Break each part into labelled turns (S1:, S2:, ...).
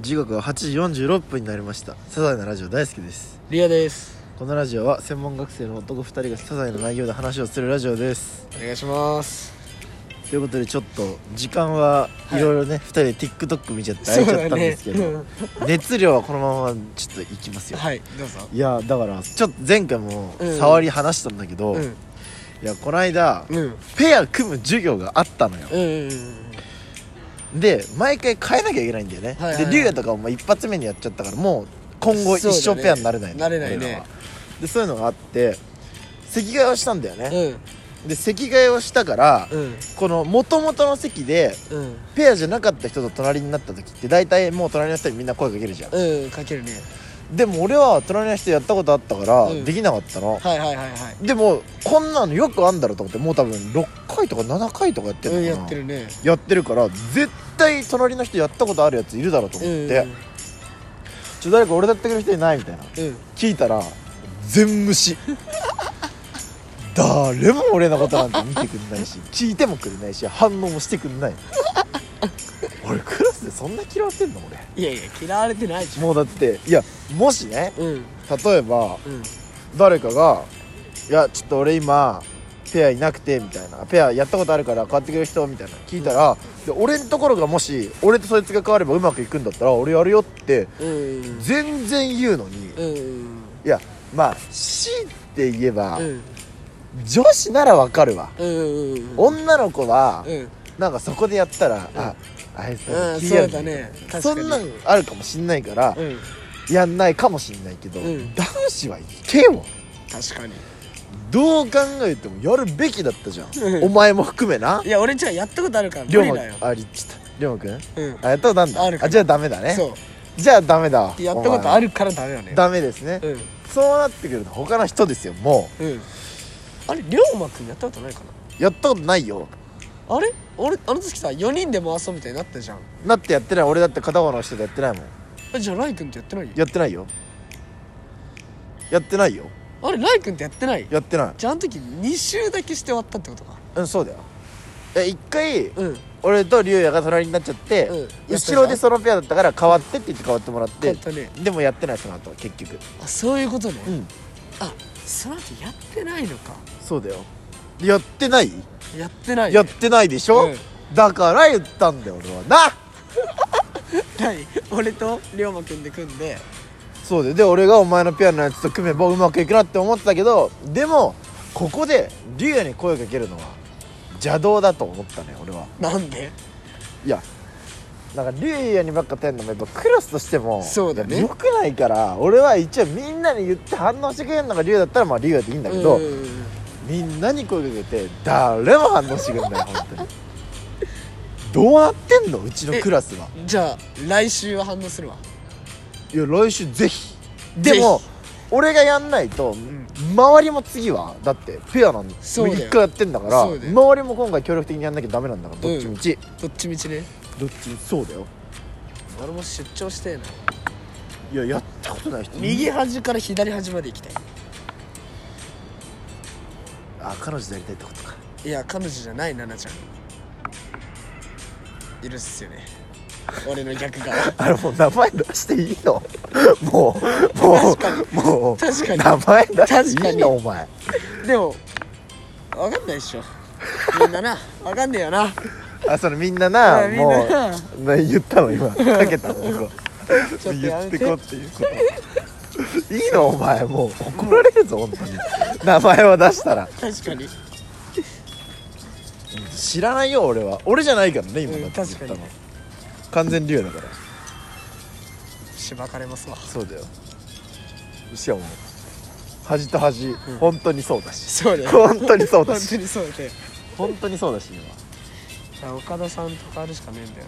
S1: 時刻は8時46分になりましたサザエのラジオ大好きです
S2: リアです
S1: このラジオは専門学生の男2人がサザエの内容で話をするラジオです
S2: お願いします
S1: ということでちょっと時間はいろいろね、2人で TikTok 見ちゃって空いちゃったんですけど、
S2: そうだね
S1: 熱量はこのままちょっといきますよ、
S2: はいどうぞ
S1: い、やだからちょっと前回も
S2: うん
S1: 触り話したんだけど、
S2: うん
S1: いやこの間、
S2: うん
S1: ペア組む授業があったのよ
S2: うんうん
S1: で毎回変えなきゃいけないんだよね、
S2: はいはいはい
S1: で龍也とかも一発目にやっちゃったからもう今後一
S2: そ
S1: 生
S2: うだね
S1: ペアになれないの
S2: なれないね
S1: 俺らはでそういうのがあって席替えをしたんだよね、
S2: うん
S1: で席替えをしたから、
S2: うん
S1: この元々の席で
S2: うん
S1: ペアじゃなかった人と隣になった時って大体もう隣の人にみんな声かけるじゃん、
S2: うんかけるね
S1: でも俺は隣の人やったことあったから、
S2: うん
S1: できなかったの、
S2: はいはいはいはい
S1: でもこんなのよくあんだろうと思ってもう多分6回とか7回とかやってる
S2: う
S1: のかな、
S2: んやってるね
S1: やってるから絶対隣の人やったことあるやついるだろうと
S2: う
S1: 思っ
S2: ん
S1: て、
S2: うん
S1: ちょ誰か俺だってくれる人いないみたいな
S2: うん
S1: 聞いたら全無視 誰も俺のことなんて見てくんないし聞いてもくれないし反応もしてくん ない俺クラスでそんな嫌われてんの俺
S2: いやいや嫌われてないじ
S1: もうだっていやもしね
S2: ゃんうん
S1: 例えば
S2: うん
S1: 誰かが「いやちょっと俺今ペアいなくて」みたいな「ペアやったことあるから変わってくれる人」みたいな聞いたら、で俺のところがもし俺とそいつが変わればうまくいくんだったら俺やるよって
S2: うん
S1: 全然言うのに、い
S2: うんうん
S1: やまあ C って言えば、
S2: うん
S1: 女子ならわかるわ、
S2: うんうん
S1: 女の子は、
S2: うん
S1: なんかそこでやったら、ああいつ
S2: うん
S1: 気や
S2: そうだね確かに
S1: そんなんあるかもしんないから、
S2: うん
S1: やんないかもしんないけど、
S2: うん
S1: 男子はいけよ
S2: 確かに
S1: どう考えてもやるべきだったじゃん、
S2: うん
S1: お前も含めない
S2: や俺じゃあやったことあるから
S1: 龍
S2: 無理
S1: 馬
S2: だよ
S1: ありちょっと龍馬くん
S2: うん
S1: あやったことあんだ
S2: あるか
S1: あじゃあダメだね
S2: そ
S1: じゃあダメだわ
S2: うやったことあ
S1: る
S2: るからダメよね
S1: ダメですね、
S2: うん
S1: そうなってくると他の人ですよも
S2: うんあれ龍馬くんやったことないかな
S1: うやったことないよ
S2: あれ俺あの時さ4人で回そうみたいになったじゃん
S1: なってやってない俺だって片方の人とやってないもん
S2: えじゃあライ君ってやってない
S1: やってないよやってないよ
S2: あれライ君ってやってない
S1: やってない
S2: じゃああの時2周だけして終わったってことか
S1: うんそうだよえ一回
S2: うん
S1: 俺と龍也が隣になっちゃって、
S2: うん
S1: 後ろでそのペアだったから変わってって言って変わってもらっ
S2: や
S1: て
S2: ったね
S1: でもやってないその後は結局
S2: あそういうことね
S1: うん
S2: あその後やってないのか
S1: そうだよやってない、
S2: やってないね
S1: やってないでしょ、
S2: うん
S1: だから言ったんだよ俺はな
S2: ない俺と龍馬くんで組んで
S1: そうだよで俺がお前のピアノのやつと組めばうまくいくなって思ってたけどでもここで竜也に声かけるのは邪道だと思ったね俺は
S2: なんで
S1: いやなんか竜也にばっか頼るのもやっぱクラスとしても
S2: そうだね
S1: よくないから俺は一応みんなに言って反応してくれるのが竜也だったらまあ竜也でいいんだけど、
S2: うん
S1: みんなに声かけて誰も反応してくれない本当にどうなってんのうちのクラスは
S2: じゃあ来週は反応するわ
S1: いや来週ぜひ
S2: ぜひ
S1: でも俺がやんないと、周りも次はだってペアなんで
S2: そうだよ
S1: 一回やってんだから
S2: そうだよ
S1: 周りも今回協力的にやんなきゃダメなんだからどっちみち、
S2: どっちみちね
S1: どっちみちそうだよ
S2: 俺も出張してえない
S1: ややったことない人
S2: 右端から左端まで行きたい
S1: あ彼女とやりたいってことか
S2: いや彼女じゃない奈々ちゃんいるっすよね俺の逆が
S1: あれもう名前出していいのもうもうもう
S2: 確かに
S1: 名前出してい
S2: 確か
S1: い
S2: に
S1: のお前
S2: でも分かんないっしょみんなな分かんねえよな
S1: あそのみんなな
S2: うんみん
S1: も
S2: な
S1: う
S2: な
S1: な言ったの今かけたのこ
S2: ちょっと
S1: 言
S2: や
S1: っ
S2: め
S1: て
S2: て
S1: こっていうこといいのお前もう怒られるぞ本当に名前は出したら
S2: 確かに
S1: 知らないよ俺は俺じゃないからね今
S2: うん
S1: だって言った
S2: 確
S1: の
S2: かに
S1: 完全竜だから
S2: しばかれますわ
S1: そうだよしかも端と端、本当にそうだし
S2: そうだよ
S1: 本当にそうだ
S2: 本当
S1: し
S2: にそうだよ
S1: 本当にそうだし今
S2: あ岡田さんと変わるしかねえんだよ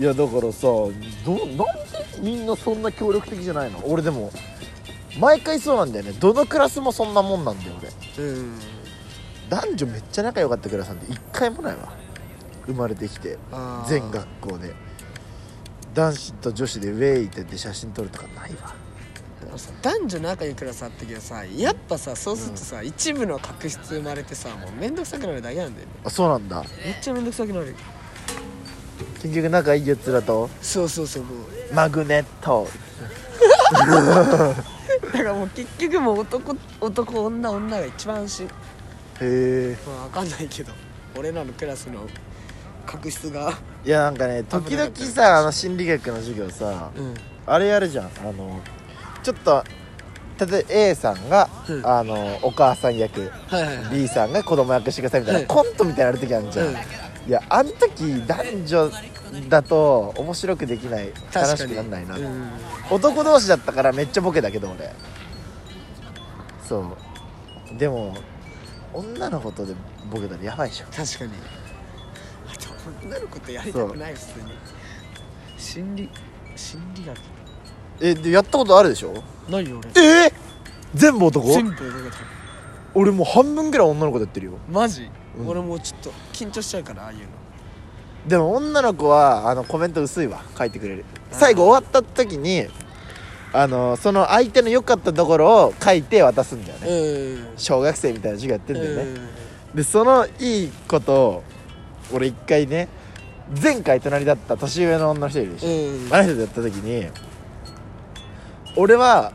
S1: いやだからさどなんでみんなそんな協力的じゃないの俺でも毎回そうなんだよねどのクラスもそんなもんなんだよ俺
S2: なうん
S1: 男女めっちゃ仲良かったクラスなんて一回もないわ生まれてきて
S2: あー
S1: 全学校で男子と女子でウェイって言って写真撮るとかないわ
S2: あのさ男女仲いいクラスあったけどさやっぱさそうするとさ、一部の確執生まれてさもうめんどくさくなるだけなんだよね
S1: あそうなんだ
S2: めっちゃめんどくさくなる
S1: 結局仲いいやつらと
S2: そうそうそうも
S1: マグネット
S2: うだからもう結局もう男男女女が一番安心
S1: へえ
S2: まあ分かんないけど俺らのクラスの確執が
S1: いやなんかね時々
S2: 危なかった
S1: さあの心理学の授業さ
S2: うん
S1: あれやるじゃんあのちょっと例えば A さんが、
S2: うん
S1: あのお母さん役
S2: はいはいはい
S1: B さんが子供役してくださいみたいな、
S2: うん
S1: コントみたいなのやる時あるじゃん、
S2: うん
S1: いやあの時男女だと面白くできない楽しくなんないな、
S2: うん
S1: 男同士だったからめっちゃボケだけど俺そうでも女の子とでボケたらやばいでしょ
S2: 確かにあと女の子とやりたくない普通に心理心理学
S1: えでやったことあるでしょ
S2: ないよ俺
S1: えー、全部男
S2: 全部俺が多分
S1: 俺もう半分ぐらい女の子でやってるよ
S2: マジ、
S1: うん
S2: 俺もうちょっと緊張しちゃうからああいうの
S1: でも女の子はあのコメント薄いわ書いてくれる最後終わった時にあのその相手の良かったところを書いて渡すんだよね
S2: うん
S1: 小学生みたいな授業やってんだよね、
S2: うん
S1: でそのいいことを俺一回ね前回隣だった年上の女の人いるでしょ、
S2: うん
S1: あの人とやった時に俺は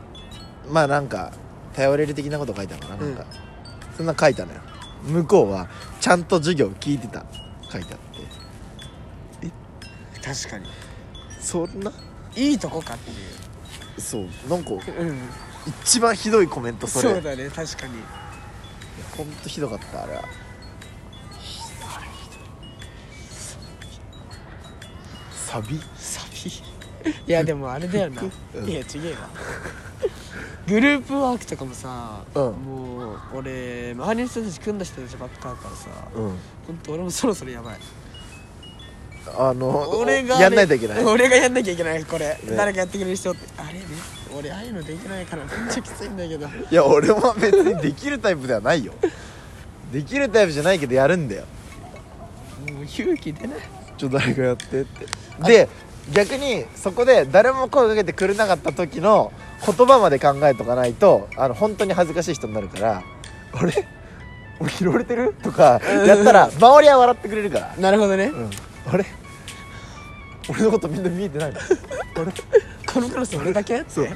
S1: まあなんか頼れる的なこと書いたのかななんか、そんな書いたのよ向こうはちゃんと授業聞いてた書いてあって
S2: 確かに
S1: そんない
S2: いとこかってい
S1: そうなんか
S2: ううん
S1: 一番ひどいコメントそ
S2: そ
S1: れ
S2: うだね確かに
S1: ほんとひどかったあれはサビ
S2: サビいやでもあれだよな、
S1: うん
S2: いや違えわグループワークとかもさ、
S1: うん
S2: もう俺周りの人たち組んだ人たちばっかだからさ、
S1: うん
S2: ほんと俺もそろそろやばい
S1: あの
S2: 俺が
S1: やんないといけない
S2: あれ俺がやんなきゃいけないこれ、
S1: ね
S2: 誰かやってくれる人ってあれね俺ああいうのできないからめっちゃきついんだけど
S1: いや俺も別にできるタイプではないよできるタイプじゃないけどやるんだよ
S2: もう勇気出ない
S1: ちょっと誰かやってってで逆にそこで誰も声かけてくれなかった時の言葉まで考えとかないとあの本当に恥ずかしい人になるから「あれ俺拾われてる?」とかやったら周りは笑ってくれるから
S2: なるほどね、
S1: うんあれ俺のことみんな見えてないのあれ
S2: このクラス俺だけって
S1: そう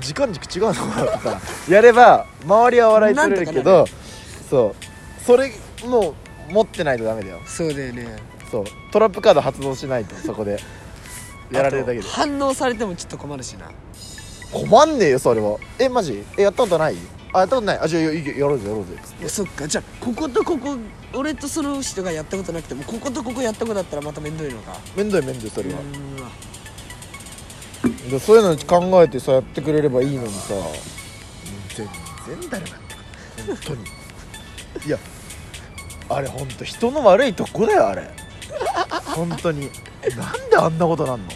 S1: 時間軸違うのかなとかやれば周りは笑い取れるけ
S2: な
S1: どそうそれもう持ってないとダメだよ
S2: そうだよね
S1: そうトラップカード発動しないとそこでやられるだけで
S2: あと反応されてもちょっと困るしな
S1: 困んねえよそれはえマジえやったことないあやったことないあじゃあややろうぜやろうぜつって
S2: いやそっかじゃあこことここ俺とその人がやったことなくてもこことここやったことだったらまた面倒いのか
S1: めんどいめんどいそれは
S2: うーわ
S1: でそういうの考えてさやってくれればいいのにさ全然誰なってくる本当にいやあれ本当人の悪いとこだよあれ本当になんであんなことなんの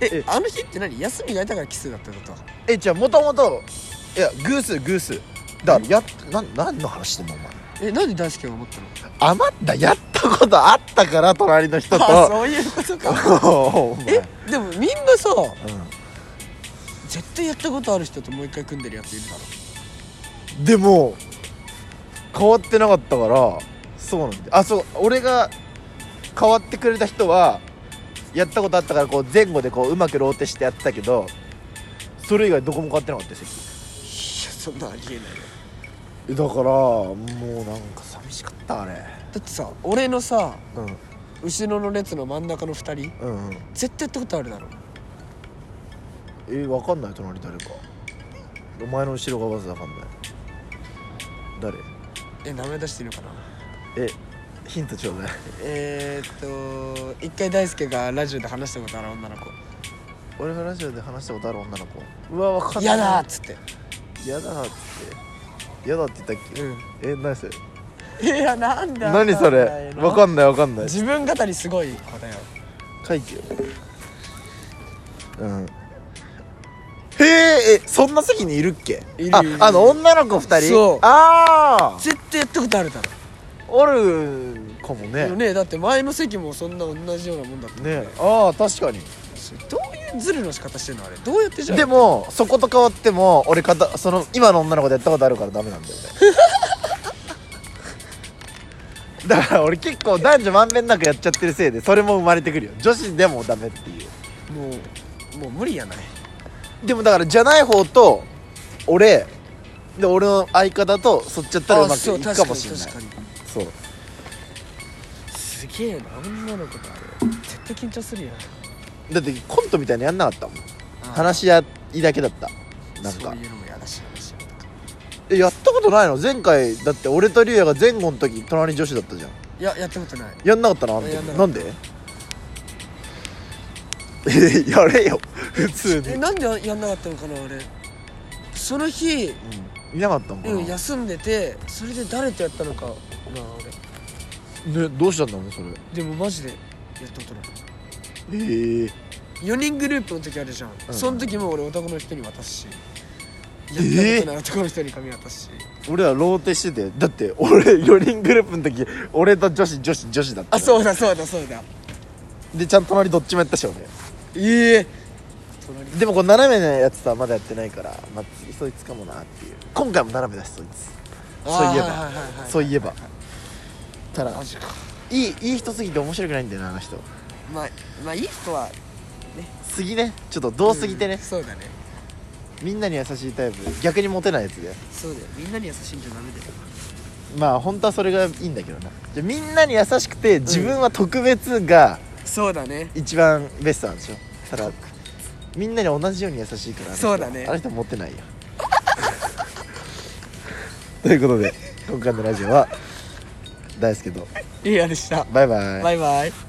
S2: え
S1: え
S2: あの日って何休みがいたから奇数だったってこと
S1: えじゃあもともといや偶数偶数だからやっなん何の話してもお前
S2: えなんで大輔が思ったの
S1: 余ったやったことあったから隣の人と
S2: あそういうこと か
S1: お前
S2: えでもみんなさ
S1: う
S2: 絶対やったことある人ともう一回組んでるやついるだろ
S1: んでも変わってなかったからそうなんだよあそう俺が変わってくれた人はやったことあったからこう前後でこううまくローテしてやってたけどそれ以外どこも変わってなかったよ席
S2: いやそんなありえないよ
S1: えだからもうなんか寂しかったあれ
S2: だってさ俺のさ
S1: うん
S2: 後ろの列の真ん中の2人
S1: うんうん
S2: 絶対やったことあるだろ
S1: えわかんない隣誰かお前の後ろがまずわかんない誰
S2: え名前出していいのかな
S1: えヒントちょうだい
S2: えー、っと一回大輔がラジオで話したことある女の子
S1: 俺がラジオで話したことある女の子うわわか
S2: 「
S1: んない
S2: 嫌だ!」っつって
S1: やだっつってやだって言ったっけ、
S2: うん
S1: え何それ
S2: いやなんだ
S1: 何それわか
S2: ん
S1: んないわかんない
S2: 自分語りすごい子だよ
S1: 書いてようんへええそんな席にいるっけ
S2: いる
S1: あ
S2: いる
S1: あの女の子2人
S2: そう
S1: ああ
S2: 絶対やったことあるだろ
S1: おるかもね
S2: よ
S1: ね
S2: ねだって前の席もそんな同じようなもんだったもん
S1: ああ確かに
S2: それどういうズルの仕方してんのあれどうやってじゃ あ
S1: でもそこと変わっても俺かたその今の女の子でやったことあるからダメなんだよね だから俺結構男女まんべんなくやっちゃってるせいでそれも生まれてくるよ女子でもダメっていう
S2: もうもう無理やない
S1: でもだからじゃない方と俺で俺の相方とそっちやったらうまくいくかもしれない
S2: 確かに確か
S1: そう
S2: にすげえな女の子とあれ絶対緊張するやん
S1: だってコントみたいなのやんなかったもん話
S2: し
S1: し合いだけだったなん
S2: そ
S1: か
S2: ういうのもやだし話し合うとか
S1: えやったことないの前回だって俺と竜也が前後の時隣女子だったじゃん
S2: いややったことない
S1: やんなかったなあの時
S2: やんなか
S1: な
S2: った
S1: んで えやれよ普通に
S2: えなんでやんなかったのかなあれその日、
S1: うんいなかったもんかな
S2: うん、休んでてそれで誰とやったのかな俺
S1: ねどうしたんだろうねそれ
S2: でもマジでやったことない
S1: ええ
S2: 4人グループの時あるじゃん、
S1: うん
S2: その時も俺男の人に渡すし
S1: え
S2: やったことない男の人に髪渡すし、
S1: 俺らローテしててだって俺4人グループの時俺と女子女子女子だった
S2: あそうだそうだそうだ
S1: でちゃんと隣どっちもやったし俺
S2: ええ隣
S1: でもこの斜めのやつさまだやってないから、まあ、次そいつかもなっていう今回も斜めだしそいつそういえば
S2: あーはいはいはいはい
S1: そういえばただ
S2: マジか
S1: いいいい人すぎて面白くないんだよなあの人
S2: まあまあいい人は
S1: すぎねちょっとどうすぎて
S2: うん
S1: ね、
S2: そうだね
S1: みんなに優しいタイプ逆にモテないやつで
S2: そうだよみんなに優しいんじゃダメだよ
S1: まあ本当はそれがいいんだけどなじゃあみんなに優しくて自分は特別が
S2: そうだね
S1: 一番ベストなんでしょただみんなに同じように優しいからあの人
S2: そうだね
S1: あの人モテないよ ということで今回のラジオは大好きと
S2: いいやでした
S1: バイバイ
S2: バイバイ